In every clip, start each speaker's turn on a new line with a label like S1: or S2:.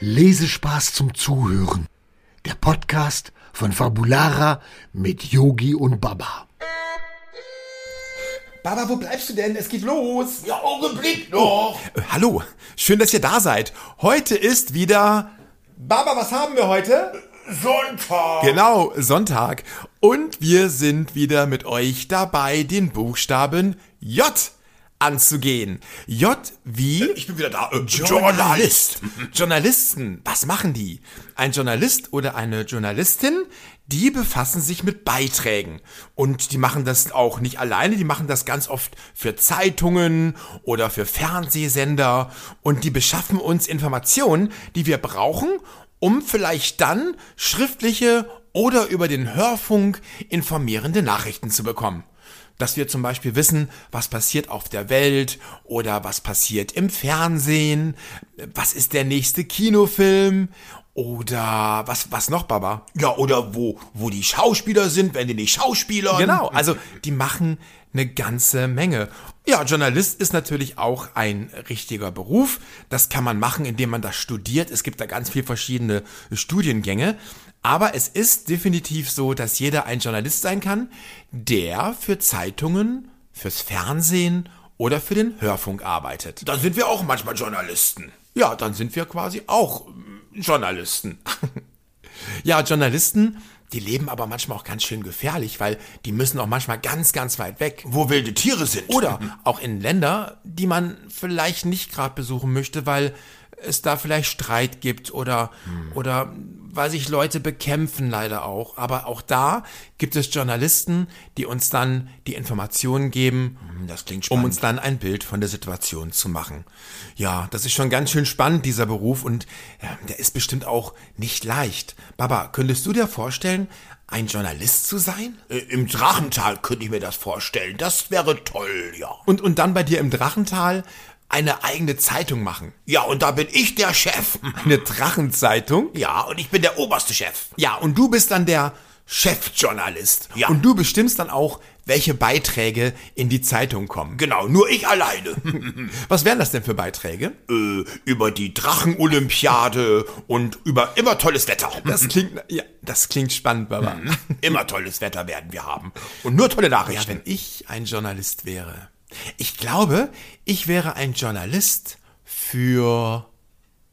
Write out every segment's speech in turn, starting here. S1: Lesespaß zum Zuhören. Der Podcast von Fabulara mit Yogi und Baba.
S2: Baba, wo bleibst du denn? Es geht los.
S3: Ja, Augenblick noch.
S2: Äh, Hallo, schön, dass ihr da seid. Heute ist wieder... Baba, was haben wir heute?
S3: Sonntag.
S2: Genau, Sonntag. Und wir sind wieder mit euch dabei, den Buchstaben J anzugehen. J wie
S3: Ich bin wieder da. Äh,
S2: Journalist. Journalisten, was machen die? Ein Journalist oder eine Journalistin, die befassen sich mit Beiträgen. Und die machen das auch nicht alleine, die machen das ganz oft für Zeitungen oder für Fernsehsender. Und die beschaffen uns Informationen, die wir brauchen, um vielleicht dann schriftliche oder über den Hörfunk informierende Nachrichten zu bekommen dass wir zum Beispiel wissen, was passiert auf der Welt oder was passiert im Fernsehen, was ist der nächste Kinofilm oder was, was noch, Baba?
S3: Ja, oder wo, wo die Schauspieler sind, wenn die nicht Schauspieler.
S2: Genau, also die machen eine ganze Menge. Ja, Journalist ist natürlich auch ein richtiger Beruf. Das kann man machen, indem man das studiert. Es gibt da ganz viel verschiedene Studiengänge. Aber es ist definitiv so, dass jeder ein Journalist sein kann, der für Zeitungen, fürs Fernsehen oder für den Hörfunk arbeitet.
S3: Dann sind wir auch manchmal Journalisten.
S2: Ja, dann sind wir quasi auch ähm, Journalisten. ja, Journalisten, die leben aber manchmal auch ganz schön gefährlich, weil die müssen auch manchmal ganz, ganz weit weg.
S3: Wo wilde Tiere sind. Mhm.
S2: Oder auch in Länder, die man vielleicht nicht gerade besuchen möchte, weil es da vielleicht Streit gibt oder,
S3: Hm.
S2: oder weil sich Leute bekämpfen leider auch. Aber auch da gibt es Journalisten, die uns dann die Informationen geben,
S3: Hm, Das klingt
S2: um
S3: spannend.
S2: uns dann ein Bild von der Situation zu machen. Ja, das ist schon ganz schön spannend, dieser Beruf, und ja, der ist bestimmt auch nicht leicht. Baba, könntest du dir vorstellen, ein Journalist zu sein?
S3: Äh, Im Drachental könnte ich mir das vorstellen. Das wäre toll, ja.
S2: Und, und dann bei dir im Drachental eine eigene Zeitung machen.
S3: Ja, und da bin ich der Chef.
S2: Eine Drachenzeitung?
S3: Ja, und ich bin der oberste Chef.
S2: Ja, und du bist dann der Chefjournalist.
S3: Ja.
S2: Und du bestimmst dann auch, welche Beiträge in die Zeitung kommen.
S3: Genau, nur ich alleine.
S2: Was wären das denn für Beiträge?
S3: äh, über die Drachenolympiade und über immer tolles Wetter. Mhm.
S2: Das klingt, ja, das klingt spannend, Baba.
S3: Immer tolles Wetter werden wir haben. Und nur tolle
S2: Ja, wenn
S3: Nachrichten.
S2: ich ein Journalist wäre. Ich glaube, ich wäre ein Journalist für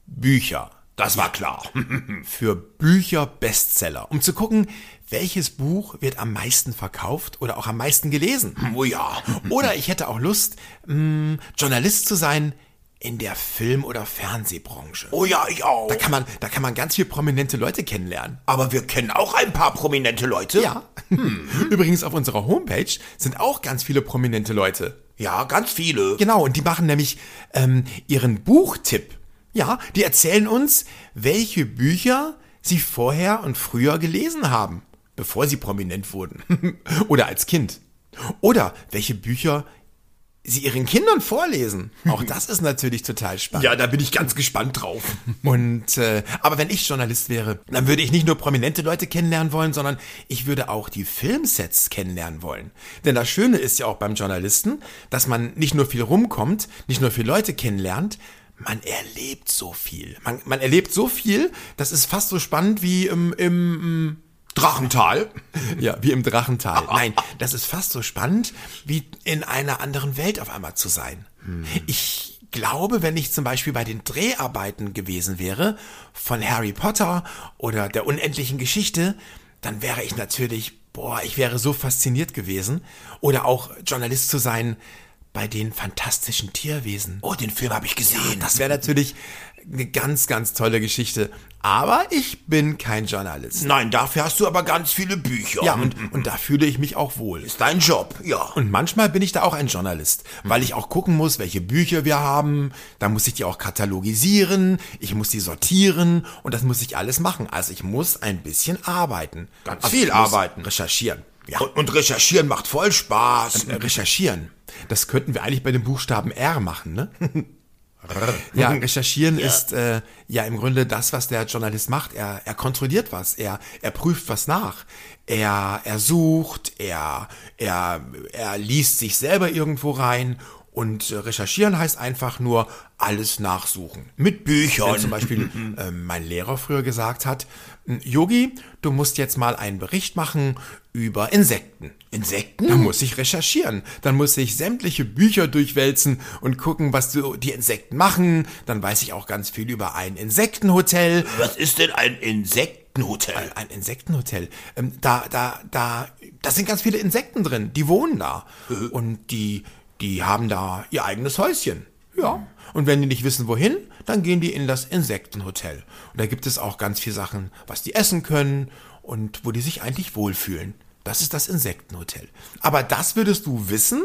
S2: Bücher.
S3: das war klar.
S2: Für Bücher Bestseller. Um zu gucken, welches Buch wird am meisten verkauft oder auch am meisten gelesen.
S3: oh ja.
S2: Oder ich hätte auch Lust, mm, mh, Journalist zu sein in der Film- oder Fernsehbranche.
S3: Oh ja, ich auch.
S2: Da kann man, da kann man ganz viel prominente Leute kennenlernen.
S3: Aber wir kennen auch ein paar prominente Leute.
S2: Ja. Übrigens auf unserer Homepage sind auch ganz viele prominente Leute.
S3: Ja, ganz viele.
S2: Genau, und die machen nämlich ähm, ihren Buchtipp. Ja, die erzählen uns, welche Bücher sie vorher und früher gelesen haben, bevor sie prominent wurden. Oder als Kind. Oder welche Bücher sie ihren Kindern vorlesen. Auch das ist natürlich total spannend.
S3: da bin ich ganz gespannt drauf.
S2: Und äh, aber wenn ich Journalist wäre, dann würde ich nicht nur prominente Leute kennenlernen wollen, sondern ich würde auch die Filmsets kennenlernen wollen. Denn das Schöne ist ja auch beim Journalisten, dass man nicht nur viel rumkommt, nicht nur viele Leute kennenlernt, man erlebt so viel. Man, man erlebt so viel, das ist fast so spannend wie im, im, im Drachental. Ja, wie im Drachental. Nein, das ist fast so spannend, wie in einer anderen Welt auf einmal zu sein. Ich glaube, wenn ich zum Beispiel bei den Dreharbeiten gewesen wäre, von Harry Potter oder der unendlichen Geschichte, dann wäre ich natürlich, boah, ich wäre so fasziniert gewesen. Oder auch Journalist zu sein bei den fantastischen Tierwesen.
S3: Oh, den Film habe ich gesehen.
S2: Das wäre natürlich eine ganz, ganz tolle Geschichte. Aber ich bin kein Journalist.
S3: Nein, dafür hast du aber ganz viele Bücher.
S2: Ja, und, und da fühle ich mich auch wohl.
S3: ist dein Job. Ja.
S2: Und manchmal bin ich da auch ein Journalist, weil ich auch gucken muss, welche Bücher wir haben. Da muss ich die auch katalogisieren, ich muss die sortieren und das muss ich alles machen. Also ich muss ein bisschen arbeiten. Also
S3: Ganz
S2: ich
S3: viel
S2: muss
S3: arbeiten.
S2: Recherchieren. Ja.
S3: Und, und recherchieren macht voll Spaß.
S2: Äh, recherchieren. Das könnten wir eigentlich bei dem Buchstaben R machen, ne? Ja, recherchieren ist äh, ja im Grunde das, was der Journalist macht. Er, er kontrolliert was, er, er prüft was nach, er, er sucht, er, er, er liest sich selber irgendwo rein. Und äh, recherchieren heißt einfach nur alles nachsuchen.
S3: Mit Büchern.
S2: Wenn zum Beispiel ähm, mein Lehrer früher gesagt hat, Yogi, du musst jetzt mal einen Bericht machen über Insekten.
S3: Insekten?
S2: Dann muss ich recherchieren. Dann muss ich sämtliche Bücher durchwälzen und gucken, was so die Insekten machen. Dann weiß ich auch ganz viel über ein Insektenhotel.
S3: Was ist denn ein Insektenhotel?
S2: Ein Insektenhotel. Ähm, da, da, da, da sind ganz viele Insekten drin. Die wohnen da. Und die, die haben da ihr eigenes Häuschen. Ja. Und wenn die nicht wissen, wohin, dann gehen die in das Insektenhotel. Und da gibt es auch ganz viele Sachen, was die essen können und wo die sich eigentlich wohlfühlen. Das ist das Insektenhotel. Aber das würdest du wissen,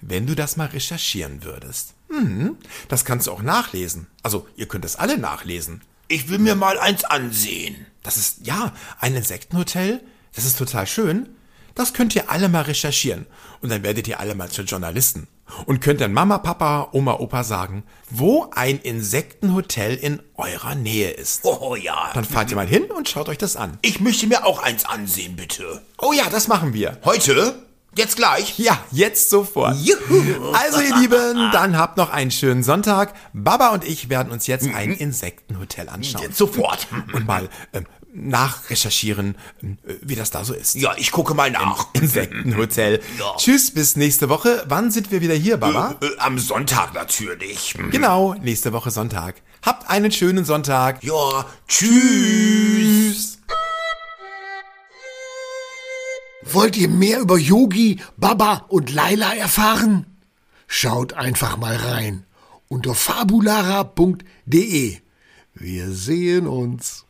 S2: wenn du das mal recherchieren würdest. Mhm. Das kannst du auch nachlesen. Also, ihr könnt das alle nachlesen.
S3: Ich will mir mal eins ansehen.
S2: Das ist, ja, ein Insektenhotel. Das ist total schön. Das könnt ihr alle mal recherchieren. Und dann werdet ihr alle mal zu Journalisten. Und könnt dann Mama, Papa, Oma, Opa sagen, wo ein Insektenhotel in eurer Nähe ist.
S3: Oh ja.
S2: Dann fahrt ihr mal hin und schaut euch das an.
S3: Ich möchte mir auch eins ansehen, bitte.
S2: Oh ja, das machen wir.
S3: Heute? Jetzt gleich?
S2: Ja, jetzt sofort.
S3: Juhu.
S2: Also ihr Lieben, dann habt noch einen schönen Sonntag. Baba und ich werden uns jetzt ein Insektenhotel anschauen.
S3: Mhm. Jetzt sofort.
S2: Und mal ähm, nachrecherchieren, ähm, wie das da so ist.
S3: Ja, ich gucke mal nach.
S2: Insektenhotel.
S3: Ja.
S2: Tschüss, bis nächste Woche. Wann sind wir wieder hier, Baba?
S3: Äh, Am Sonntag natürlich.
S2: Genau, nächste Woche Sonntag. Habt einen schönen Sonntag.
S3: Ja, tschüss.
S1: Wollt ihr mehr über Yogi, Baba und Laila erfahren? Schaut einfach mal rein unter fabulara.de. Wir sehen uns.